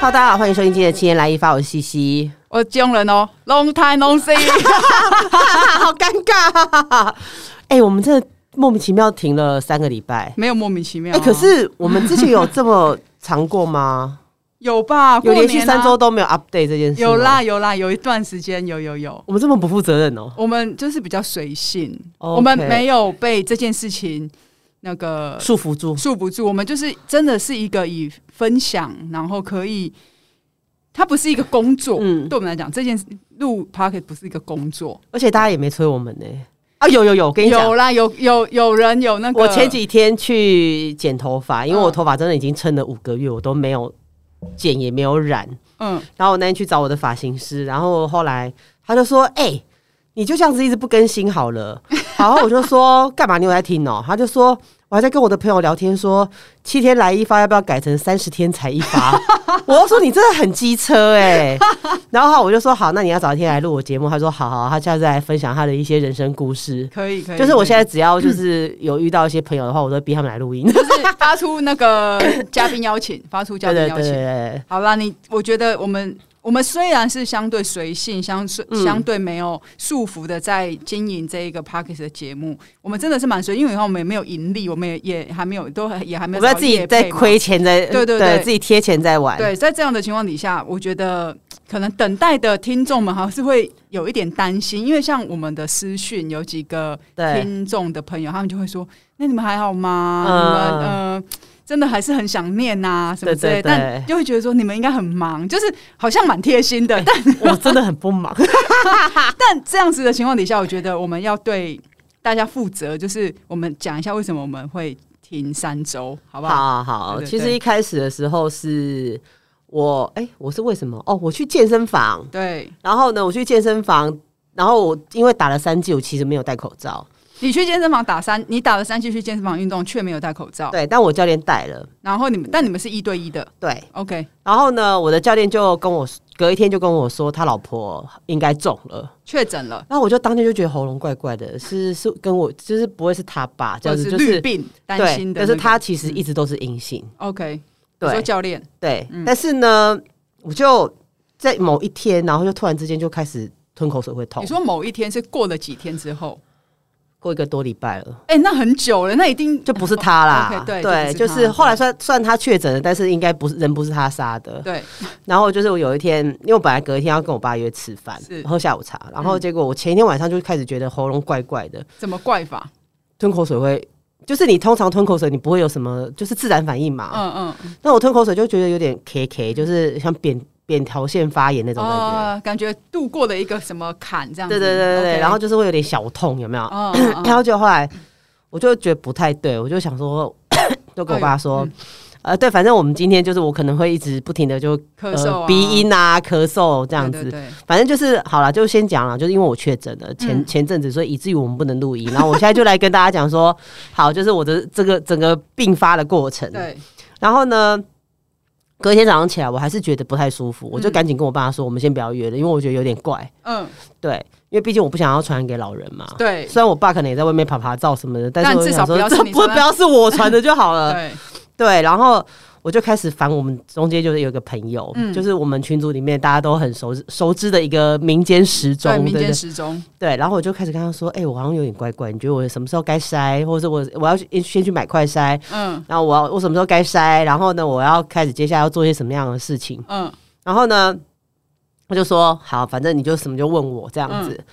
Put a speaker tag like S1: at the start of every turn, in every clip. S1: Hello，大家好，欢迎收听今天的《七天来一发》，我是西西。
S2: 我基隆人哦，long time no see，
S1: 好尴尬，哎、我们真的莫名其妙停了三个礼拜。
S2: 没有莫名其妙
S1: 哎、
S2: 啊、
S1: 可是我们之前有这么 长过吗？
S2: 有吧？
S1: 有
S2: 过
S1: 连
S2: 年
S1: 续
S2: 啊
S1: 三周，都没有 update 这件事。
S2: 有啦，有啦，有一段时间有有有，
S1: 我们这么不负责任哦。
S2: 我们就是比较随性
S1: OK
S2: 我们没有被这件事情那个
S1: 束缚住，
S2: 束不住，我们就是真的是一个以分享，然后可以，它不是一个工作，
S1: 嗯
S2: 对我们来讲，这件事录 pocket 不是一个工作，
S1: 而且大家也没催我们呢、啊，有有有，我跟你讲
S2: 有，啦，有有有人有那个，
S1: 我前几天去剪头发，因为我
S2: 嗯
S1: 头发真的已经撑了五个月，我都没有剪也没有染。
S2: 嗯，
S1: 然后我那天去找我的发型师，然后后来他就说：“哎、你就这样子一直不更新好了。”然后我就说：“干嘛？你有在听哦？”他就说：“我还在跟我的朋友聊天说，七天来一发，要不要改成三十天才一发？” 我就说：“你真的很机车哎、然后我就说：“好，那你要找一天来录我节目。”他说：“好好。”他下次来分享他的一些人生故事。
S2: 可以可以，
S1: 就是我现
S2: 在。
S1: 在只要就是有遇到一些朋友的话，我都会逼他们来 录音。
S2: 就是发出那个嘉宾邀请，发出嘉
S1: 对
S2: 宾
S1: 对
S2: 邀
S1: 对
S2: 请。
S1: 对对，
S2: 好啦，你我觉得我们我们虽然是相对随性、相对
S1: 嗯
S2: 相对没有束缚的在经营这一个 p a c k a g e 的节目，我们真的是蛮随，因为你看我们也没有盈利，我们也也还没有都还也还
S1: 我
S2: 没有
S1: 们要
S2: 找
S1: 自己
S2: 业配
S1: 在
S2: 嘛。
S1: 亏钱在
S2: 对对对
S1: 自己贴钱在玩。
S2: 对，在这样的情况底下，我觉得可能等待的听众们还是会有一点担心，因为像我们的私讯有几个
S1: 对
S2: 听众的朋友，他们就会说：“那你们还好吗？
S1: 嗯
S2: 你们呃，真的还是很想念呐、什么之类
S1: 对对对
S2: 的。但就会觉得说你们应该很忙，就是好像蛮贴心 的。但
S1: 我真的很不忙。
S2: 但这样子的情况底下，我觉得我们要对大家负责，就是我们讲一下为什么我们会停三周，好不好？
S1: 好好
S2: 对对
S1: 其实
S2: 对
S1: 一开始的时候是我，哎、我是为什么？哦，我去健身房，
S2: 对
S1: 然后呢，我去健身房，然后我因为打了三剂，我其实没有戴口罩，
S2: 你去健身房打三，你打了三剂去健身房运动，却没有戴口罩。
S1: 对，但我教练戴了，
S2: 然后你们，但你们是一对一的
S1: 对。
S2: ，OK？
S1: 然后呢，我的教练就跟我隔一天就跟我说，他老婆应该中了。
S2: 确诊了，
S1: 然后我就当天就觉得喉咙怪怪的，是是跟我就是不会是他吧？这
S2: 或
S1: 样子
S2: 者
S1: 就
S2: 是绿
S1: 是
S2: 病担
S1: 对，
S2: 心的
S1: 但
S2: 那
S1: 是
S2: 个，嗯
S1: 他其实一直都是阴性。
S2: OK？你说
S1: 对，
S2: 教练，
S1: 对，但是呢，我就在某一天，然后就突然之间就开始吞口水会痛
S2: 你，说某一天是过了几天之后，
S1: 过一个多礼拜 了，
S2: 哎、那很久了，那哦一定
S1: 就不是他啦。
S2: OK，对
S1: 就
S2: 就不是
S1: 是
S2: 他嗯
S1: 后来算算他确诊了，但是应该不是人不是他杀的。
S2: 对，
S1: 然后就是我有一天，因为我本来隔一天要跟我爸约吃饭
S2: 是，嗯
S1: 喝下午茶，然后结果我前一天晚上就开始觉得喉咙怪怪的，
S2: 怎么怪法？
S1: 吞口水会。就是你通常吞口水，你不会有什么，就是自然反应嘛。
S2: 嗯嗯，
S1: 那、我吞口水就觉得有点 K K，就是像扁扁桃腺发炎那种感觉。
S2: 哦，感觉度过了一个什么坎这样
S1: 对
S2: 子，
S1: 对对对对，
S2: OK
S1: 然后，就是会有点小痛，有没有？
S2: 嗯嗯嗯
S1: 然后就后来我就觉得不太对，我就想说， 就跟我
S2: 哎
S1: 爸说，
S2: 嗯
S1: 呃，对，反正我们今天就是我可能会一直不停的就
S2: 咳嗽、
S1: 呃
S2: 啊、
S1: 鼻音啊、咳嗽这
S2: 这
S1: 样子。
S2: 对对对
S1: 反正就是好了，就先讲了，就是因为我确诊了
S2: 嗯
S1: 前、前阵子，所以以至于我们不能录音。然后我现在就来跟大家讲说，好，就是我的这个整个病发的过程。
S2: 对
S1: 然后呢，隔天早上起来，我还是觉得不太舒服，我就赶紧跟我爸说，我们先不要约了，因为我觉得有点怪。
S2: 嗯
S1: 对，因为毕竟我不想要传染给老人嘛。
S2: 对
S1: 虽然我爸可能也在外面爬爬照什么的，但是
S2: 但
S1: 我就
S2: 至
S1: 想
S2: 少
S1: 说，
S2: 不要是
S1: 这
S2: 你
S1: 不
S2: 传
S1: 不要是我传的就好了。
S2: 对，
S1: 对，然后我就开始烦我们中间就是有一个朋友，
S2: 嗯
S1: 就是我们群组里面大家都很熟熟知的一个民间时钟，
S2: 对民
S1: 对
S2: 间
S1: 对
S2: 时钟，
S1: 对。然后我就开始跟他说：“哎、我好像有点怪怪，你觉得我什么时候该筛，或者是我我要去先去买快筛，
S2: 嗯
S1: 然后我要我什么时候该筛，然后呢，我要开始接下来要做些什么样的事情？”
S2: 嗯，
S1: 然后呢，他就说好，反正你就什么就问我这样子。
S2: 嗯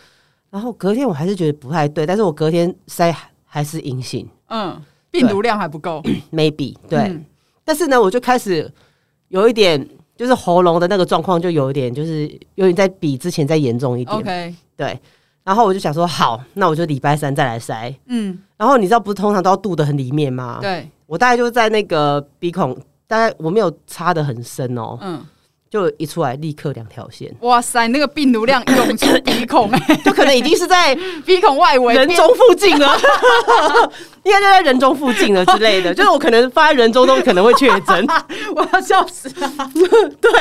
S1: 然后隔天我还是觉得不太对，但是我隔天筛还是阴性
S2: 嗯，病毒量还不够，
S1: ，maybe 对。
S2: 嗯
S1: 但是呢，我就开始有一点，就是喉咙的那个状况就有一点，就是有点在比之前再严重一点。
S2: ，OK，
S1: 对。然后我就想说，好，那我就礼拜三再来筛。
S2: 嗯，
S1: 然后你知道，不是通常都要度的很里面吗？
S2: 对，
S1: 我大概就在那个鼻孔，大概我没有插的很深哦，
S2: 嗯，
S1: 就一出来立刻两条线，
S2: 哇塞，那个病毒量涌出鼻孔，欸
S1: 就可能已经是在
S2: 鼻孔外围
S1: 人
S2: 边
S1: 中附近了，应该就在人中附近了之类的。就是我可能放在人中都可能会确 诊，
S2: 我要笑死了。
S1: 对。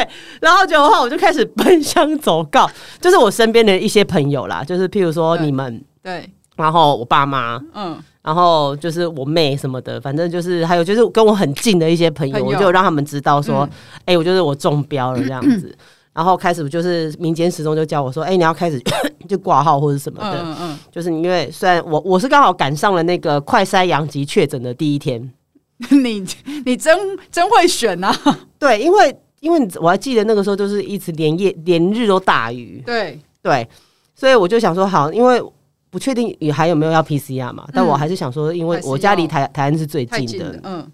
S1: 然后结果后来我就开始奔相走告，就是我身边的一些朋友啦，就是譬如说
S2: 对
S1: 你们
S2: 对，
S1: 然后我爸妈，
S2: 嗯，
S1: 然后就是我妹什么的，反正就是还有就是跟我很近的一些朋友，
S2: 朋友嗯
S1: 我就让他们知道说，哎、我就是我中标了这样 子。然后开始就是民间时钟就叫我说，哎、你要开始 就挂号或者什么的，
S2: 嗯嗯
S1: 就是因为虽然我我是刚好赶上了那个快筛阳极确诊的第一天，
S2: 嗯， 你你真真会选呐、啊，
S1: 对，因为因为我还记得那个时候就是一直连夜连日都大雨，
S2: 对，
S1: 对，所以我就想说好，因为不确定你还有没有要 PCR 嘛，但
S2: 嗯
S1: 我还是想说，因为
S2: 还是
S1: 我家离
S2: 要
S1: 台台安是最
S2: 太
S1: 近
S2: 近
S1: 的，
S2: 了，嗯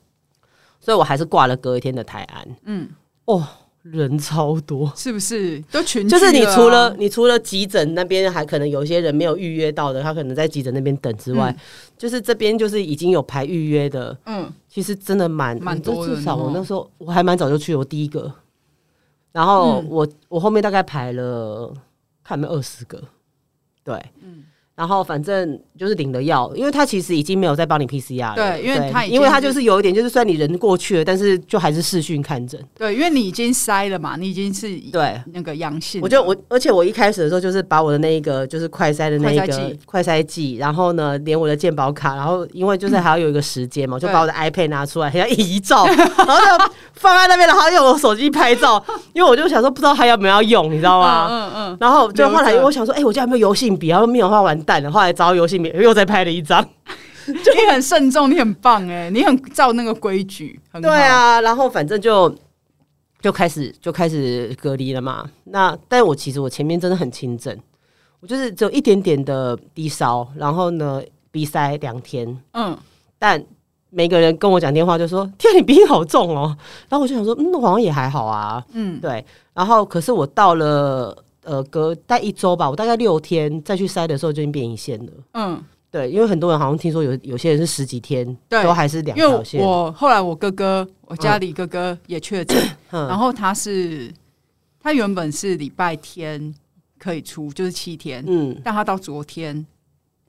S1: 所以我还是挂了隔一天的台安，
S2: 嗯，
S1: 哦，人超多。
S2: 是不是都群、啊？
S1: 就是你除了你除了急诊那边还可能有一些人没有预约到的，他可能在急诊那边等之外，就是这边就是已经有排预约的，
S2: 嗯，
S1: 其实真的蛮
S2: 蛮
S1: 就
S2: 多人
S1: 至少我
S2: 哦
S1: 那时候我还蛮早就去，我第一个，然后
S2: 嗯
S1: 我、我后面大概排了看有没有二十个，对，
S2: 嗯
S1: 然后反正就是领了药，因为他其实已经没有在帮你 PCR 了，
S2: 对因为他已经
S1: 因为他就是有一点就是虽然你人过去了，但是就还是视讯看诊，
S2: 对，因为你已经筛了嘛，你已经是
S1: 对。
S2: 那个阳性了，
S1: 我就我，而且我一开始的时候就是把我的那一个就是快筛的那一
S2: 快筛
S1: 个
S2: 剂
S1: 快筛剂，然后呢连我的健保卡，然后因为就是还要有一个时间嘛，我就
S2: 对
S1: 把我的 iPad 拿出来，还要遗照，然后就放在那边，然后用我手机拍照，因为我就想说不知道还有没有要用，你知道吗？
S2: 嗯嗯嗯，
S1: 然后就后来
S2: 留着
S1: 我想说，哎、我家有没有油性笔？然后没有的话完蛋了。后来找到油性笔，又再拍了一张。
S2: 嗯 你很慎重，你很棒哎、你很照那个规矩，很好
S1: 对，啊，然后反正就就开始就开始隔离了嘛。那但我其实我前面真的很轻症，我就是只有一点点的低烧，然后呢鼻塞两天，
S2: 嗯，
S1: 但。每个人跟我讲电话就说：“天啊，你鼻音好重哦。”然后我就想说：“嗯，好像也还好啊。”
S2: 嗯，
S1: 对。然后可是我到了呃隔大概一周吧，我大概六天再去筛的时候就已经变一线了。
S2: 嗯，
S1: 对，因为很多人好像听说有有些人是十几天
S2: 对
S1: 都还是两
S2: 因
S1: 条
S2: 为
S1: 线。
S2: 我后来我哥哥，我家里哥哥也确诊，
S1: 嗯
S2: 然后他是他原本是礼拜天可以出，就是七天，
S1: 嗯，
S2: 但他到昨天，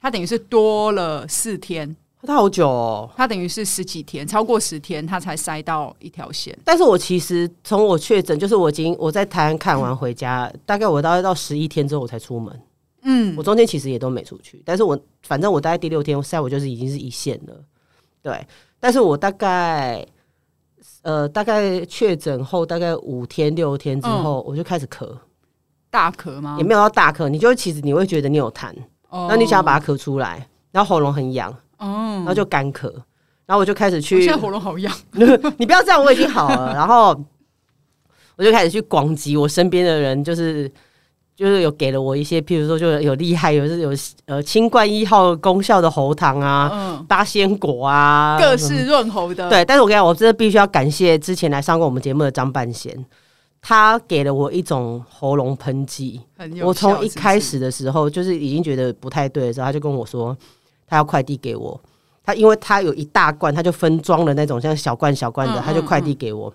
S2: 他等于是多了四天，
S1: 他好久哦。
S2: 他等于是十几天，超过十天他才塞到一条线，
S1: 但是我其实从我确诊，就是我已经我在台湾看完回家，大概我大概到十一天之后我才出门，
S2: 嗯
S1: 我中间其实也都没出去。但是我反正我大概第六天晒，我就是已经是一线了，对。但是我大概呃大概确诊后大概五天六天之
S2: 嗯
S1: 后，我就开始咳，
S2: 大咳吗
S1: 也？没有到大咳，你就其实你会觉得你有痰，
S2: 嗯哦
S1: 那你想要把它咳出来，然后喉咙很痒，
S2: 嗯
S1: 然后就干咳，然后我就开始
S2: 我
S1: 去
S2: 现在喉咙 好痒，
S1: 你不要这样，我已经好 了。然后我就开始去广集我身边的人，就是就是有给了我一些，譬如说就有厉害，有是有呃清冠一号功效的喉糖啊、
S2: 嗯，
S1: 八仙果啊，
S2: 各式润喉的，，
S1: 对。但是我跟你讲，我真的必须要感谢之前来上过我们节目的张半仙。他给了我一种喉咙喷剂，
S2: 很有
S1: 我
S2: 效
S1: 从一开，
S2: 是
S1: 始的时候就是已经觉得不太对的时候，他就跟我说他要快递给我。他因为他有一大罐，他就分装了那种像小罐小罐的，
S2: 嗯
S1: 他就快递给我。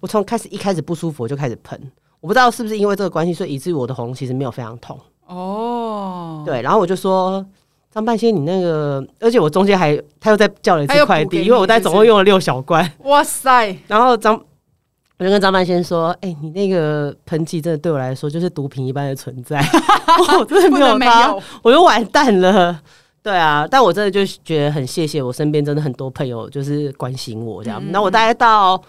S1: 我从开始一开始不舒服，我就开始喷。我不知道是不是因为这个关系，所以以至于我的喉咙其实没有非常痛。
S2: 不是哦，
S1: 对，然后我就说张半仙，你那个，而且我中间还他又再叫了一
S2: 他又
S1: 次
S2: 补
S1: 快
S2: 给
S1: 递，
S2: 你
S1: 因为我在总
S2: 是不
S1: 共
S2: 是
S1: 用了六小罐。
S2: 哇塞，
S1: 然后张，我就跟张半仙说：“哎、你那个喷剂真的对我来说就是毒品一般的存在， 我真的
S2: 不
S1: 没有
S2: 能没
S1: 它，
S2: 有，
S1: 我就完蛋了。”对啊，但我真的就觉得很谢谢我身边真的很多朋友就是关心我这样。
S2: 嗯
S1: 那、我大概到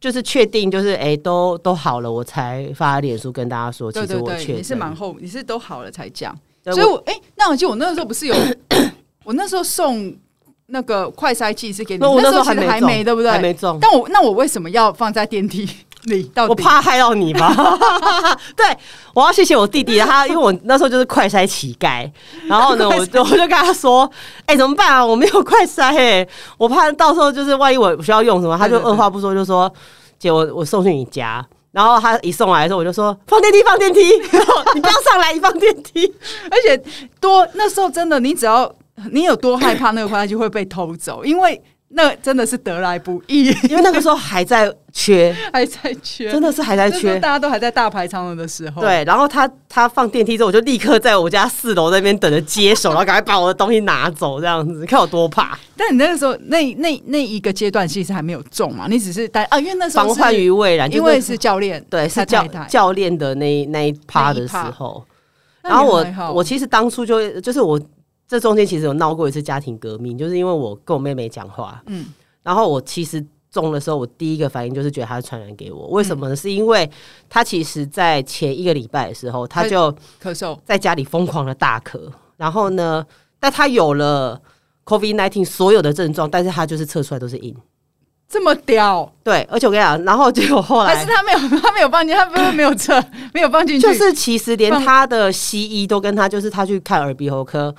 S1: 就是确定就是哎、都都好了，我才发脸书跟大家说，其
S2: 对
S1: 实
S2: 对
S1: 我
S2: 对，
S1: 确
S2: 你是
S1: 诊。
S2: 蛮后，你是都好了才讲。
S1: 对
S2: 所以
S1: 我
S2: 我，哎、那我记得我那时候不 是有，我那时候送那个快筛剂是给你，
S1: 那我那时
S2: 时
S1: 候
S2: 候
S1: 还
S2: 其实
S1: 没
S2: 还
S1: 中
S2: 没，对不
S1: 还
S2: 对？
S1: 没中。
S2: 但我那我为什么要放在电梯里？到底
S1: 我怕害到你 吧？对，我要谢谢我弟弟，他因为我那时候就是快筛乞丐，然后 呢，我就我就跟他说，哎、怎么办啊？我没有快筛、欸，我怕到时候就是万一我需要用什么，他就
S2: 对对对
S1: 二话不说就说，姐，我我送去你家。然后他一送来的时候，我就说放电梯，放电梯， 你不要上来，你放电梯。
S2: 而且多那时候真的，你只要你有多害怕那个快筛剂会被偷走，因为那真的是得来不易，
S1: 因为那个时候还在 缺，
S2: 还在缺，
S1: 真的是还在
S2: 那时候
S1: 缺。
S2: 大家都还在大排长龙的时候，，
S1: 对，然后他他放电梯之后，我就立刻在我家四楼那边等着接 手，然后赶快把我的东西拿走，这样子，看我多怕。
S2: 但你那个时候那那那一个阶段其实还没有中嘛，你只是担啊，因为那时候
S1: 防患
S2: 是
S1: 于未然，
S2: 因
S1: 就
S2: 为是教练，
S1: 对是
S2: 他
S1: 教
S2: 太太
S1: 教练的那一那一趴
S2: 那一
S1: 的时
S2: 趴
S1: 候，
S2: 那
S1: 然后
S2: 你
S1: 我
S2: 还好
S1: 我其实当初就就是我这中间其实有闹过一次家庭革命，就是因为我跟我妹妹讲话，
S2: 嗯
S1: 然后我其实中的时候，我第一个反应就是觉得她传染给我。为什
S2: 嗯
S1: 么呢？是因为她其实在前一个礼拜的时候，她
S2: 她
S1: 就
S2: 咳嗽，
S1: 在家里疯狂的大咳，然后呢，但她有了 COVID nineteen 所有的症状，但是她就是测出来都是阴。
S2: 这么屌，
S1: 对，而且我跟你讲，然后结果后
S2: 但
S1: 来
S2: 是他没有，他没有放进，他不是没有测，没有放进去，
S1: 就是其实连
S2: 放
S1: 他的西医都跟他，就是他去看耳鼻喉科，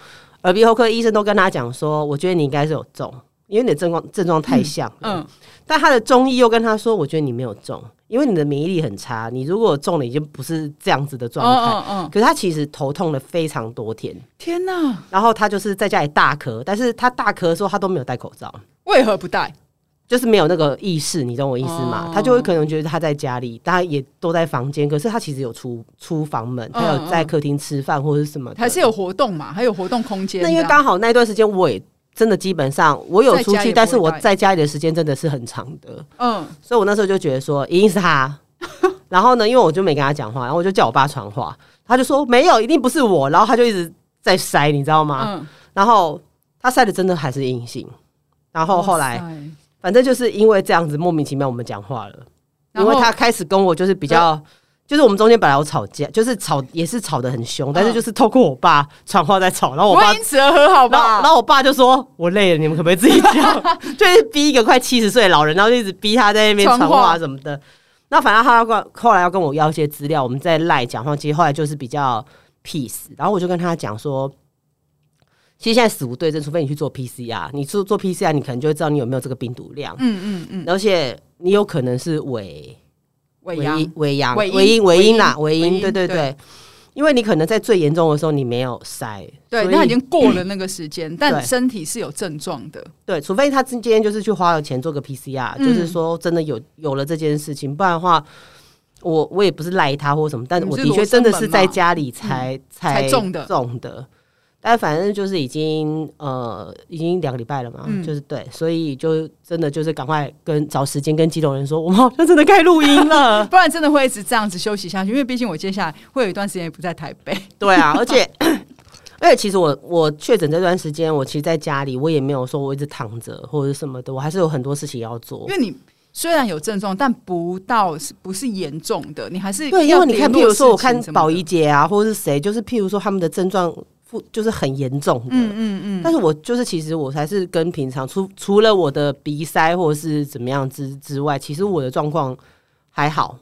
S1: 耳鼻喉科医生都跟他讲说，我觉得你应该是有中，因为你的症状症状太像了。
S2: 嗯，
S1: 但他的中医又跟他说，我觉得你没有中，因为你的免疫力很差，你如果中了已经不是这样子的状态。
S2: 嗯嗯，
S1: 可是他其实头痛了非常多天，
S2: 天哪，
S1: 然后他就是在家里大咳，但是他大咳的时候他都没有戴口罩，
S2: 为何不戴？
S1: 就是没有那个意识，你懂我意思吗？
S2: 哦
S1: 他就会可能觉得他在家里，大家也都在房间，可是他其实有出出房门，他有在客厅吃饭或者是什么的，
S2: 还是有活动嘛，还有活动空间这
S1: 那
S2: 样。
S1: 因为刚好那段时间我也真的基本上我有出
S2: 在家也不
S1: 去，
S2: 会
S1: 但是我在家里的时间真的是很长的，
S2: 嗯，
S1: 所以我那时候就觉得说一定是他。然后呢，因为我就没跟他讲话，然后我就叫我爸传话，他就说没有，一定不是我。然后他就一直在塞，你知道吗？
S2: 嗯，
S1: 然后他塞的真的还是阴性。然后后来
S2: 哇塞，
S1: 反正就是因为这样子莫名其妙我们讲话了，因
S2: 然后
S1: 为他开始跟我就是比较，就是我们中间本来有吵架，就是吵也是吵得很凶，但是
S2: 嗯
S1: 就是透过我爸传话在吵，然后
S2: 不
S1: 我爸
S2: 会因此而和好
S1: 然后，
S2: 吧？
S1: 然后我爸就说：“我累了，你们可不可以自己讲？”就是逼一个快七十岁的老人，然后就一直逼他在那边传
S2: 传话
S1: 话什么的。那反正他要跟后来要跟我要一些资料，我们在赖讲话，其实后来就是比较 peace。然后我就跟他讲说，其实现在死无对证，除非你去做 PCR，你做做 PCR，你可能就会知道你有没有这个病毒量，
S2: 嗯嗯嗯，
S1: 而且你有可能是伪
S2: 尾牙，
S1: 伪阳
S2: 伪阴
S1: 伪阴
S2: 伪
S1: 伪
S2: 阴
S1: 阴啦，伪
S2: 伪
S1: 阴
S2: 阴
S1: 对对
S2: 对
S1: 对，因为你可能在最严重的时候你没有筛，
S2: 对，
S1: 所
S2: 那
S1: 以嗯
S2: 已经过了那个时间，但
S1: 对
S2: 身体是有症状的。
S1: 对，除非他今天就是去花了钱做个 PCR，、
S2: 嗯
S1: 就是说真的有有了这件事情，不然的话，我我也不是赖他或什么，但
S2: 你
S1: 我
S2: 是
S1: 的
S2: 罗
S1: 确真
S2: 生
S1: 的
S2: 门
S1: 是
S2: 嘛嗯
S1: 在家里才、才
S2: 才中的
S1: 中的，但反正就是已经呃已经两个礼拜了嘛，
S2: 嗯。
S1: 就是对，所以就真的就是赶快跟找时间跟基隆人说，我们好像真的该录音了
S2: 不然真的会一直这样子休息下去，因为毕竟我接下来会有一段时间也不在台北。
S1: 对啊，而且 而且其实我我确诊这段时间，我其实在家里我也没有说我一直躺着或者什么的，我还是有很多事情要做
S2: 因。为你虽然有症状，但不到是不是严重的，你还是
S1: 对，因
S2: 要
S1: 为你看，
S2: 联
S1: 譬
S2: 络
S1: 如说，我看
S2: 事情什么的
S1: 宝仪姐啊，或者是谁，就是譬如说他们的症状复就是很严重的。
S2: 嗯嗯嗯，
S1: 但是我就是，其实我还是跟平常除除了我的鼻塞或者是怎么样之之外，其实我的状况还好。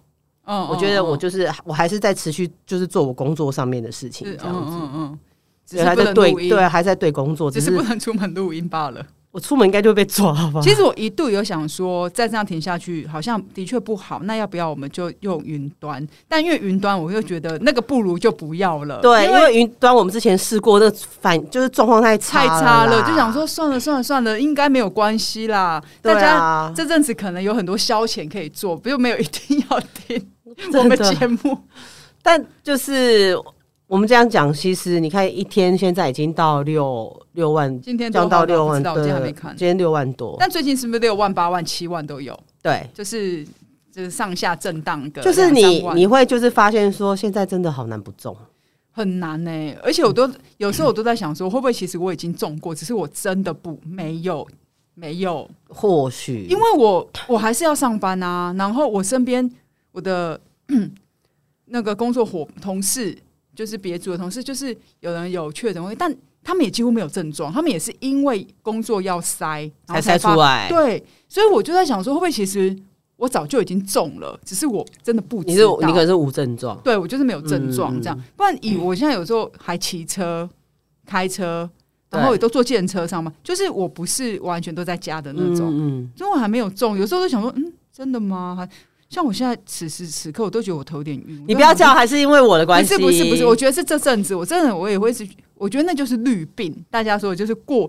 S2: 嗯
S1: 我觉得我
S2: 就
S1: 就是我还是在持续就是做我工作上面的事情，
S2: 是
S1: 这
S2: 嗯
S1: 样子。
S2: 嗯嗯，只
S1: 对，
S2: 是
S1: 还
S2: 不
S1: 在
S2: 能
S1: 对
S2: 录音，
S1: 对，还在对工作，只
S2: 只是不
S1: 是
S2: 能出门录音罢了。
S1: 我出门应该就会被抓吧。
S2: 其实我一度有想说，再这样停下去，好像的确不好。那要不要我们就用云端？但因为云端，我又觉得那个不如就不要了。
S1: 对，
S2: 因
S1: 因
S2: 为
S1: 为云端我们之前试过，那反就是状况太差
S2: 太差
S1: 了
S2: 了，
S1: 啦，
S2: 就想说算了算了算了，应该没有关系啦。
S1: 对
S2: 大家
S1: 啊，
S2: 这阵子可能有很多消遣可以做，不就没有一定要听我
S1: 真
S2: 们
S1: 的
S2: 节目。
S1: 但就是我们这样讲，其实你看一天现在已经到六六万，
S2: 今天多
S1: 降
S2: 少
S1: 到
S2: 我
S1: 六
S2: 不
S1: 万，
S2: 知道，我今天还
S1: 对
S2: 没看。
S1: 今天六万多，
S2: 但最近是不是六万、八万、七万都有？
S1: 对，
S2: 就是就是上下震荡个
S1: 就是
S2: 两
S1: 你
S2: 三万
S1: 你会就是发现说，现在真的好难不中，
S2: 很难呢、而且我都有时候我都在想说，会不会其实我已经中过，只是我真的不没有没有，
S1: 或许
S2: 因为我我还是要上班啊。然后我身边我的 那个工作伙同事，就是别组的同事，就是有人有确诊，但他们也几乎没有症状，他们也是因为工作要塞，然后
S1: 才猜
S2: 发
S1: 出来，
S2: 对，所以我就在想说，会不会其实我早就已经中了，只是我真的不知道。
S1: 你是你可能是无症状，
S2: 对我就是没有症状
S1: 嗯
S2: 这样，不然以我现在有时候还骑车、开车，然后
S1: 对
S2: 也都坐电车上嘛，就是我不是完全都在家的那种，
S1: 嗯嗯，
S2: 所以我还没有中。有时候都想说，嗯，真的吗？还像我现在此时此刻，我都觉得我头有点晕。
S1: 你不要
S2: 这
S1: 叫
S2: 样。
S1: 还是因为我的关
S2: 不
S1: 系，
S2: 是不是不是，我觉得是这阵子，我真的我也会是，我觉得那就是绿病。大家说的就是过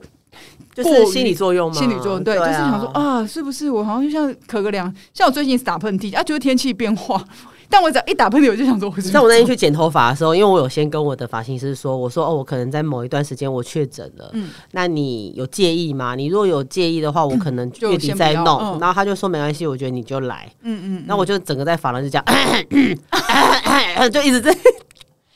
S1: 就是心理作用嘛，
S2: 心理作用，对，
S1: 啊
S2: 就是想说，啊，是不是我好像就像咳个凉，像我最近打喷嚏啊，就是天气变化， 但我只要一打喷嚏，我就想说，我 是
S1: 在我那天
S2: 去，
S1: 去剪头发的时候，因为我有先跟我的发型师说，我说哦，我可能在某一段时间我确诊了，
S2: 嗯
S1: 那你有介意吗？你如果有介意的话，我可能
S2: 就
S1: 月底
S2: 先不
S1: 再
S2: 要
S1: 弄。
S2: 嗯
S1: 然后他就说没关系，我觉得你就来。
S2: 嗯嗯，
S1: 那、我就整个在发廊就这样，就一直在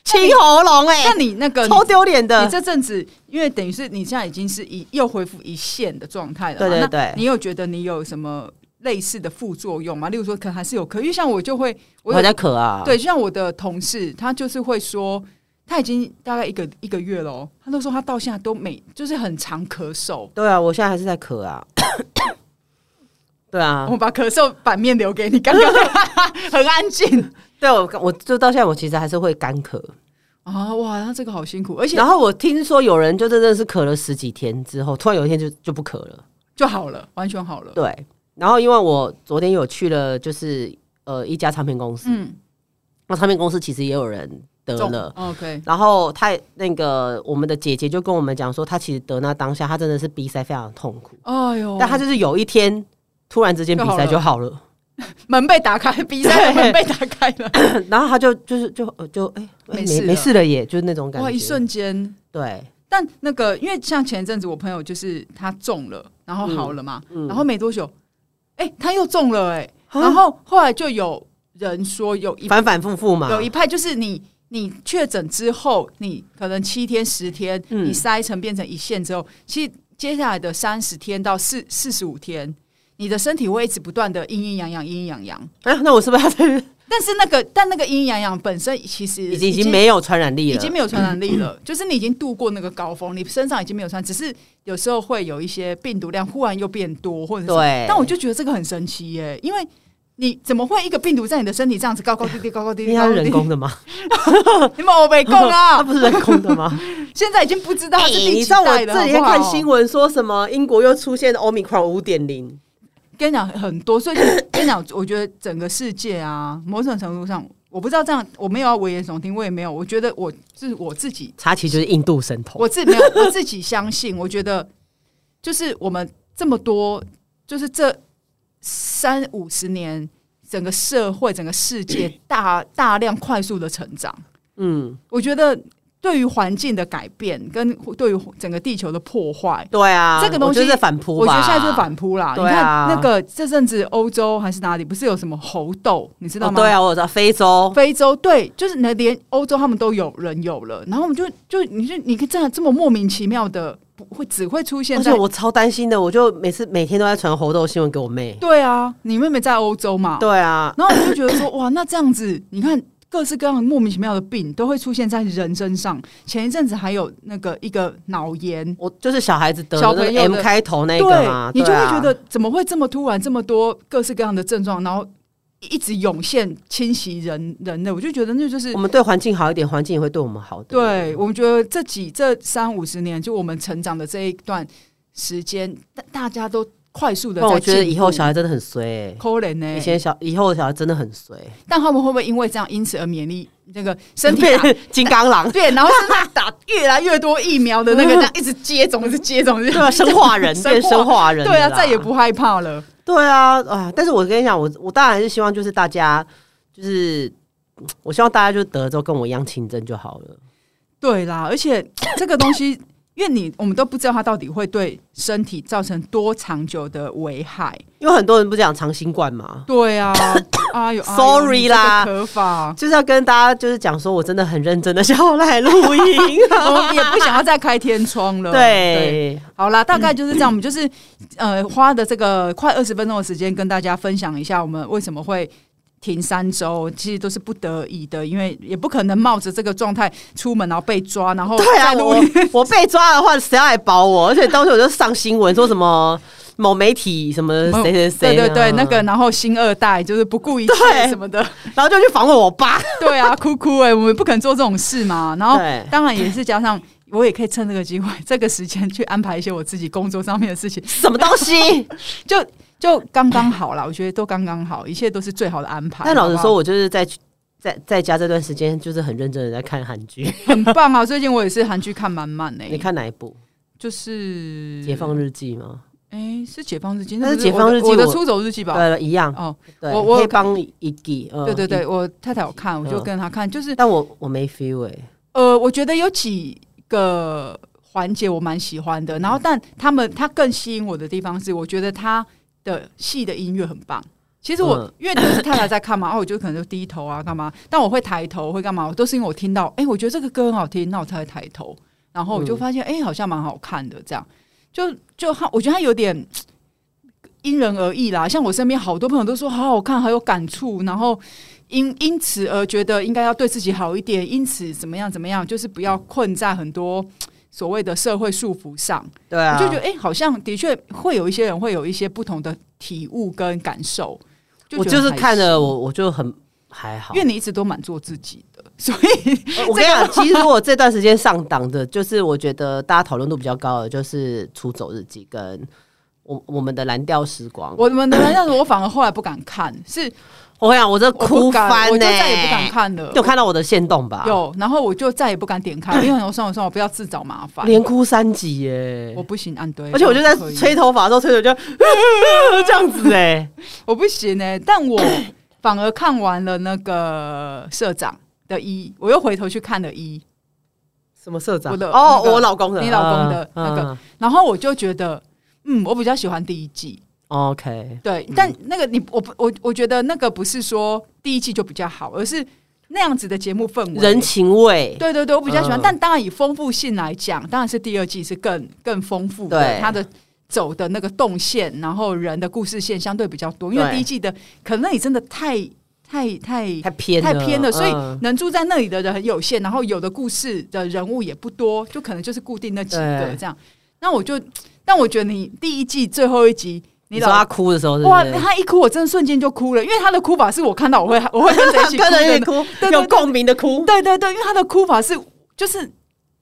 S1: 清喉咙哎、
S2: 那你那个你
S1: 超丢脸的
S2: 你。这阵子，因为等于是你现在已经是一又恢复一线的状态了嘛，
S1: 对对
S2: 那
S1: 对
S2: 你有觉得你有什么类似的副作用吗？例如说，可能还是有咳，因为像我就会，我
S1: 我
S2: 有
S1: 在咳啊，
S2: 对，就像我的同事，他就是会说，他已经大概一个一个月了哦，他都说他到现在都每就是很常咳嗽。
S1: 对啊，我现在还是在咳啊。 对啊
S2: 我，们把咳嗽版面留给你，刚刚很安静
S1: 对啊我我就到现在我其实还是会干咳，
S2: 啊！哇，他这个好辛苦，而且
S1: 然后我听说有人就真的是咳了十几天之后，突然有一天就就不咳了。
S2: 就好了，完全好了。
S1: 对，然后因为我昨天有去了，就是呃一家唱片公司，
S2: 嗯，
S1: 那唱片公司其实也有人得
S2: 中
S1: 了。
S2: OK，
S1: 然后他那个我们的姐姐就跟我们讲说，她其实得那当下，她真的是鼻塞非常的痛苦，
S2: 哎呦，
S1: 但她就是有一天突然之间鼻塞就好了，
S2: 门被打开，比赛的门被打开了，
S1: 然后她就就是就呃就哎、哎
S2: 没事
S1: 没
S2: 了
S1: 没事了耶，就是那种感
S2: 哇！
S1: 觉，
S2: 一瞬间，
S1: 对，
S2: 但那个因为像前一阵子我朋友就是他中了，然后好了嘛，
S1: 嗯嗯
S2: 然后没多久，哎、他又中了、哎，
S1: 啊
S2: 然后后来就有人说有一
S1: 反反复复嘛，
S2: 有一派就是你你确诊之后，你可能七天十天，
S1: 嗯
S2: 你筛成变成一线之后，其实接下来的三十天到四四十五天，你的身体会一直不断的阴阴阳阳，阴阴阳阳。
S1: 哎、那我是不是要在
S2: 但是那个，但那个阴阴阳阳本身其实
S1: 已经已经没有传染力
S2: 已
S1: 了？嗯
S2: 经没有传染力了，就是你已经度过那个高峰，你身上已经没有传，只是有时候会有一些病毒量忽然又变多，或者是。
S1: 对，
S2: 但我就觉得这个很神奇耶、因为你怎么会一个病毒在你的身体这样子高高低低、高高低
S1: 因
S2: 低、
S1: 为
S2: 高
S1: 它
S2: 高
S1: 是
S2: 低
S1: 人
S2: 低？
S1: 工的嘛，
S2: 你们我没空
S1: 它
S2: 啊！
S1: 不是人工的 吗？
S2: 现在已经不知道它是
S1: 哎
S2: 第
S1: 你
S2: 几
S1: 知道我
S2: 代了，
S1: 这几天
S2: 好不好
S1: 看新，闻说什么英国又出现 Omicron 五点零，
S2: 跟你讲很多，所以就 跟你讲，我觉得整个世界啊，某种程度上，我不知道这样，我没有要危言耸听，我也没有，我觉得我是我自己
S1: 查起就是印度神童，
S2: 我自没有，我自己相信，我觉得就是我们这么多，就是这三五十年，整个社会、整个世 界大大量快速的成长，
S1: 嗯，
S2: 我觉得对于环境的改变跟对于整个地球的破坏。
S1: 对啊，
S2: 这个东西
S1: 我觉得是反扑吧，
S2: 我觉得现在就是反扑啦！你
S1: 对啊
S2: 看那个这阵子欧洲还是哪里，不是有什么猴痘，你知道
S1: 哦
S2: 吗？
S1: 对啊，我知道非洲，
S2: 非洲对，就是你连欧洲他们都有人有了，然后我们就就你就你看这样这么莫名其妙的，不会只会出现
S1: 而
S2: 在
S1: 且我超担心的，我就每次每天都在传猴痘新闻给我妹，
S2: 对啊，你妹妹在欧洲嘛，
S1: 对啊，
S2: 然后我就觉得说哇，那这样子，你看各式各样的莫名其妙的病都会出现在人身上。前一阵子还有那个一个脑炎，
S1: 我就是小孩子得
S2: 小
S1: 的那
S2: 朋
S1: 个
S2: 友的
S1: M 开头那个嘛，
S2: 你就
S1: 对
S2: 会
S1: 啊
S2: 觉得怎么会这么突然，这么多各式各样的症状，然后一直涌现侵袭人人类，我就觉得那就是
S1: 我们对环境好一点，环境也会对我们好的，
S2: 对，我们觉得这几这三五十年，就我们成长的这一段时间，大大家都快速
S1: 不
S2: 的
S1: 然
S2: 在
S1: 我觉得以后小孩真的很衰欸，
S2: 可怜呢
S1: 以，前小以后的小孩真的很衰，
S2: 但他们会不会因为这样，因此而免疫力那个身 体啊打
S1: 变金刚狼，
S2: 对，然后身上打越来越多疫苗的那个，这样一直接种，一直接 种，
S1: 对啊，生化 人变生化人了啦，
S2: 对啊，再也不害怕了。
S1: 对啊，啊！但是我跟你讲，我我当然还是希望就是大家就是，嗯我希望大家就得了之后跟我一样轻症就好了。
S2: 对啦，而且 这个东西，因为你我们都不知道它到底会对身体造成多长久的危害。
S1: 因为很多人不是讲长新冠嘛，
S2: 对啊， 哎呦哎呦
S1: Sorry 啦
S2: 你这个可法。
S1: 就是要跟大家就是讲说我真的很认真的想要来录 音、
S2: 我们也不想要再开天窗了。
S1: 对，
S2: 好啦，大概就是这样。我们就是呃花的这个快二十分钟的时间，跟大家分享一下我们为什么会。停三周，其实都是不得已的，因为也不可能冒着这个状态出门，然后被抓，然后
S1: 对啊，
S2: 哦再录
S1: 我
S2: 音。
S1: 我被抓的话，谁要来保我？而且当时我就上新闻说什么某媒体什么谁谁谁，
S2: 对对对，那个，然后新二代就是不顾一切
S1: 对
S2: 什么的，
S1: 然后就去访问我爸，
S2: 对啊，哭哭哎、我们不可能做这种事嘛。然后
S1: 对
S2: 当然也是加上，我也可以趁这个机会，这个时间去安排一些我自己工作上面的事情，
S1: 什么东西？
S2: 就就刚刚好啦，我觉得都刚刚好，一切都是最好的安排。
S1: 但老实
S2: 好不
S1: 说，
S2: 好
S1: 我就是在在在家这段时间，就是很认真的在看韩 剧。
S2: 很棒啊！最近我也是韩剧看满满呢，
S1: 你看哪一部？
S2: 就是
S1: 《解放日记》吗？
S2: 哎，是解放日记，
S1: 那是
S2: 不
S1: 解放日记
S2: 我的
S1: 我
S2: 我的出走日记吧？
S1: 对，一样。
S2: 哦，
S1: 对，
S2: 我我有
S1: 黑帮一记。嗯
S2: 对对对，。我太太有看，我就
S1: 嗯
S2: 跟她看，就是
S1: 但我我没 feel 哎、
S2: 呃，我觉得有几个环节我蛮喜欢
S1: 嗯
S2: 的，然后但他们他更吸引我的地方是，我觉得他的戏的音乐很棒，其实我、
S1: 嗯
S2: 因为都是太太在看嘛，啊， 我就可能就低头啊，干嘛？但我会抬头，会干嘛？我都是因为我听到，哎、我觉得这个歌很好听，那我才会抬头。然后我就
S1: 嗯
S2: 发现，哎、好像蛮好看的，这样就就他，我觉得他有点因人而异啦。像我身边好多朋友都说好好看，好有感触，然后因因此而觉得应该要对自己好一点，因此怎么样怎么样，就是不要困在很多所谓的社会束缚上。
S1: 对啊，
S2: 我就觉得，哎、好像的确会有一些人会有一些不同的体悟跟感受。
S1: 我
S2: 觉得
S1: 就是
S2: 还
S1: 看了我我就很还好
S2: 因为。你一直都蛮做自己的，所以
S1: 呃我跟你讲， 其实我这段时间上档的，就是我觉得大家讨论度比较高的，就是《出走日记》跟我我们的《蓝调时光》我。
S2: 我们的人样子，我反而后来不敢看，是
S1: 我跟你讲，我这
S2: 我不
S1: 哭
S2: 敢，
S1: 翻
S2: 我就
S1: 呢、
S2: 再也不敢看了
S1: 你。有看到我的线动吧？，
S2: 有，然后我就再也不敢点开，因为我算了算了，我不要自找麻烦，
S1: 连哭三集耶、
S2: 我不行，按对，
S1: 而且我就在
S2: 不可以
S1: 吹头发的时候，吹着就这样子哎、
S2: 我不行哎、但我 反而看完了那个社长的一，我又回头去看了一，
S1: 什么社长？
S2: 我的
S1: 哦，
S2: 那个
S1: 我老公的，
S2: 你老公的
S1: 嗯
S2: 那个
S1: 嗯
S2: 然后我就觉得，嗯，我比较喜欢第一季，
S1: 嗯 OK，
S2: 对，但那个你我不我我觉得那个不是说第一季就比较好，而是那样子的节目氛围，
S1: 人情味，
S2: 对对对，我比较喜欢。
S1: 嗯
S2: 但当然以丰富性来讲，当然是第二季是更更丰富的，
S1: 对
S2: 它的走的那个动线，然后人的故事线相对比较多，因为
S1: 对
S2: 第一季的可能你真的太太太
S1: 太偏
S2: 太偏了，所以
S1: 嗯
S2: 能住在那里的人很有限，然后有的故事的人物也不多，就可能就是固定那几个
S1: 对
S2: 这样。那我就，但我觉得你第一季最后一集，
S1: 你
S2: 你
S1: 说
S2: 老
S1: 他哭的时候是不
S2: 哇，
S1: 是，
S2: 他一哭，我真的瞬间就哭了，因为他的哭法是我 看到我会我会跟着一起哭
S1: 跟着一
S2: 的
S1: 起，哭，
S2: 对对
S1: 有
S2: 对
S1: 共鸣的哭，
S2: 对对对，因为他的哭法是就是。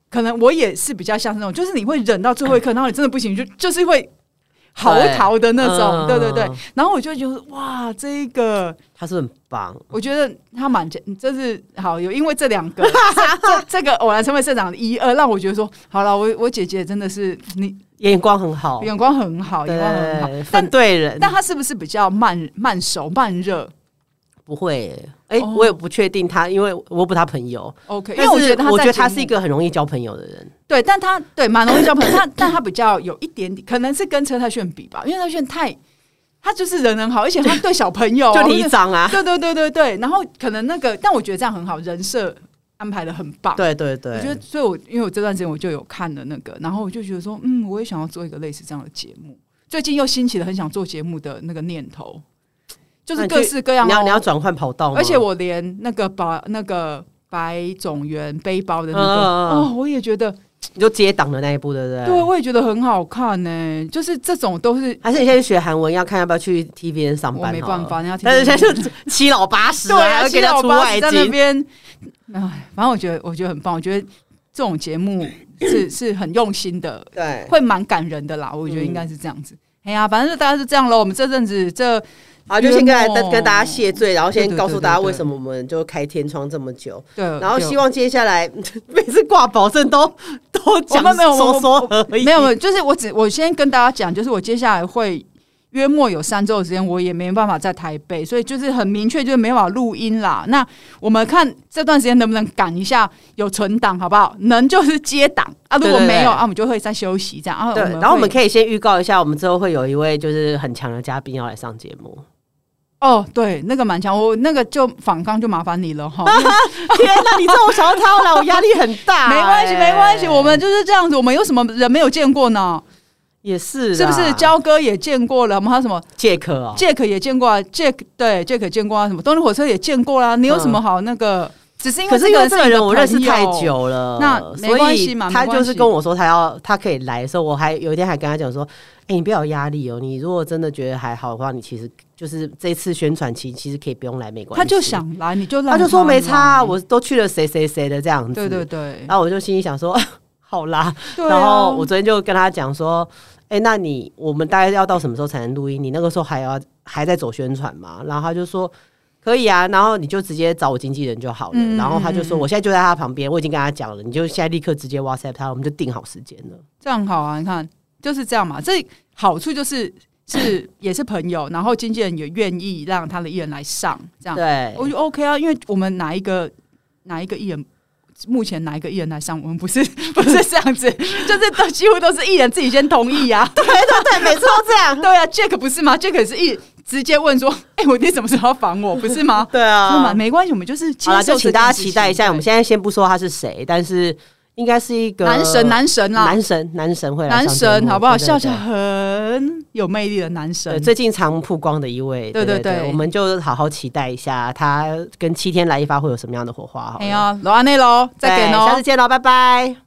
S2: 可能我也是比较像是那种，就是你会忍到最后一刻，然后你真的不行，就就是会嚎啕的那种，对
S1: 对
S2: 对对
S1: 嗯。
S2: 然后我就觉得哇，这一个
S1: 他是很棒，
S2: 我觉得他蛮这就是好有，因为 这两个这这这个偶然成为社长的一二，让我觉得说好了，我我姐姐真的是你
S1: 眼光很好，
S2: 眼光很好，眼光很好
S1: 哦对，，
S2: 但
S1: 反对人，
S2: 但她是不是比较慢慢熟慢热
S1: 不会欸。哎、
S2: 哦
S1: 我也不确定他，因为我不他朋友，
S2: ？OK，因
S1: 但是
S2: 为我觉得她
S1: 我
S2: 在
S1: 觉得他
S2: 节
S1: 是一
S2: 目
S1: 个很容易交朋友的人，
S2: 对，但她对蛮容易交朋友，但但她比较有一点点，可能是跟车太炫比吧，因为车太炫太她就是人很好，而且她对小朋 友
S1: 就
S2: 你
S1: 你一张啊，
S2: 对对对对对，然后可能那个，但我觉得这样很好，人设安排的很棒。
S1: 对对对，
S2: 我觉得，所以我因为我这段时间我就有看了那个，然后我就觉得说，嗯，我也想要做一个类似这样的节目。最近又兴起了很想做节目的那个念头，就是各式各样哦。
S1: 你要你要转换跑道吗，
S2: 而且我连那个把那个白种源背包的那个，
S1: 嗯嗯嗯
S2: 哦，我也觉得，
S1: 你就接档的那一步，对不对？
S2: 对我也觉得很好看呢、就是这种都是
S1: 还是你先去学韩文，要看要不要去 TVN 上
S2: 我
S1: 班，
S2: 没办法，，人家听
S1: 但是
S2: 不
S1: 现在
S2: 懂
S1: 就七老八十、
S2: 对啊，
S1: 要给
S2: 七
S1: 人家
S2: 老
S1: 出
S2: 八十
S1: 外
S2: 在那
S1: 景，
S2: 边，哎，反正我觉得我觉得很棒，我觉得这种节目是 是很用心的，
S1: 对，
S2: 会蛮感人的啦，我觉得应
S1: 嗯
S2: 该是这样子。哎呀，反正就大概是这样喽。我们这阵子这
S1: 好，就先跟
S2: 幽默
S1: 跟跟大家谢罪，然后
S2: 对
S1: 先
S2: 对对
S1: 告诉大家
S2: 对对呃
S1: 为什么我们就开天窗这么久，
S2: 对，
S1: 然后
S2: 对
S1: 希望接下来 每次挂保证都都讲
S2: 哦我们没有我
S1: 说
S2: 们
S1: 说而已，
S2: 没有，没有就是我只我先跟大家讲，就是我接下来会约莫有三周的时间，我也没办法在台北，所以就是很明确，就是没办法录音啦。那我们看这段时间能不能赶一下有存档，好不好？能就是接档啊，如
S1: 对
S2: 果
S1: 对
S2: 没有
S1: 对
S2: 啊，我们就会再休息这样啊。
S1: 对，然后我们
S2: 会
S1: 可以先预告一下，我们之后会有一位就是很强的嘉宾要来上节目。
S2: 哦，对，那个蛮强，我那个就仿刚就麻烦 你了哈。
S1: 天哪，你知道我想到他要来，我压力很大、
S2: 没关系，
S1: 哎
S2: 没关系，我们就是这样子。我们有什么人没有见过呢？
S1: 也是
S2: 是
S1: 啦
S2: 不是？焦哥也见过了，我们还有什么
S1: 杰克哦，
S2: Jack 也见过啊，Jack 对 Jack 也见过啊，什么动力火车也见过啦、你有什么
S1: 嗯
S2: 好那个？只是因
S1: 可
S2: 为
S1: 是
S2: 这
S1: 因
S2: 个
S1: 为这个人我认识
S2: 你的朋
S1: 太
S2: 友，
S1: 久了，
S2: 那没关系嘛
S1: 所以他
S2: 没关
S1: 就
S2: 系
S1: 是跟我说他要他可以来的时候，我还有一天还跟他讲说，哎、你不要有压力哦，你如果真的觉得还好的话，你其实就是这次宣传期其实可以不用来，没关系。
S2: 他就想来，你就
S1: 他
S2: 让
S1: 就说没
S2: 来
S1: 差、啊，我都去了谁谁谁的这样子，
S2: 对对对，
S1: 然后我就心里想说， 好啦，
S2: 对啊
S1: 然后我昨天就跟他讲说，哎、那你我们大概要到什么时候才能录音？你那个时候还要还在走宣传吗？然后他就说。可以啊，然后你就直接找我经纪人就好了。
S2: 嗯
S1: 然后他就说，
S2: 嗯嗯
S1: 我现在就在他旁边，我已经跟他讲了，你就现在立刻直接 WhatsApp 他，我们就定好时间了。
S2: 这样好啊，你看就是这样嘛。这好处就是是也是朋友，然后经纪人也愿意让他的艺人来上，这样
S1: 对，
S2: 我就 OK 啊，因为我们哪一个哪一个艺人，目前哪一个艺人来上，我们不是 不是这样子，就是都几乎都是艺人自己先同意啊。
S1: 对对对，每次都这样。
S2: 对啊，Jack 不是吗？Jack 也是艺直接问说：“哎、我爹什么时候要烦 我？不是吗？”
S1: 对
S2: 是吗？
S1: 啊，
S2: 没关系，我们就是接
S1: 好了，
S2: 受
S1: 就请
S2: 这件事情。
S1: 大家期待一下。我们
S2: 对
S1: 现在先不说他是谁，但是应该是一个
S2: 男神，男神啦，
S1: 呃男神，男神会来上
S2: 男
S1: 节
S2: 神
S1: 目
S2: 好不好？
S1: 对对
S2: 笑
S1: 对
S2: 笑很有魅力的男
S1: 对，
S2: 神，
S1: 最近常曝光的一位，
S2: 对
S1: 对
S2: 对对
S1: 我们就好好期待一下他跟七天来一发会有什么样的火花好了。
S2: 哎哎呀，罗安内喽，再见
S1: 对
S2: 喽
S1: 下次。见喽，拜拜。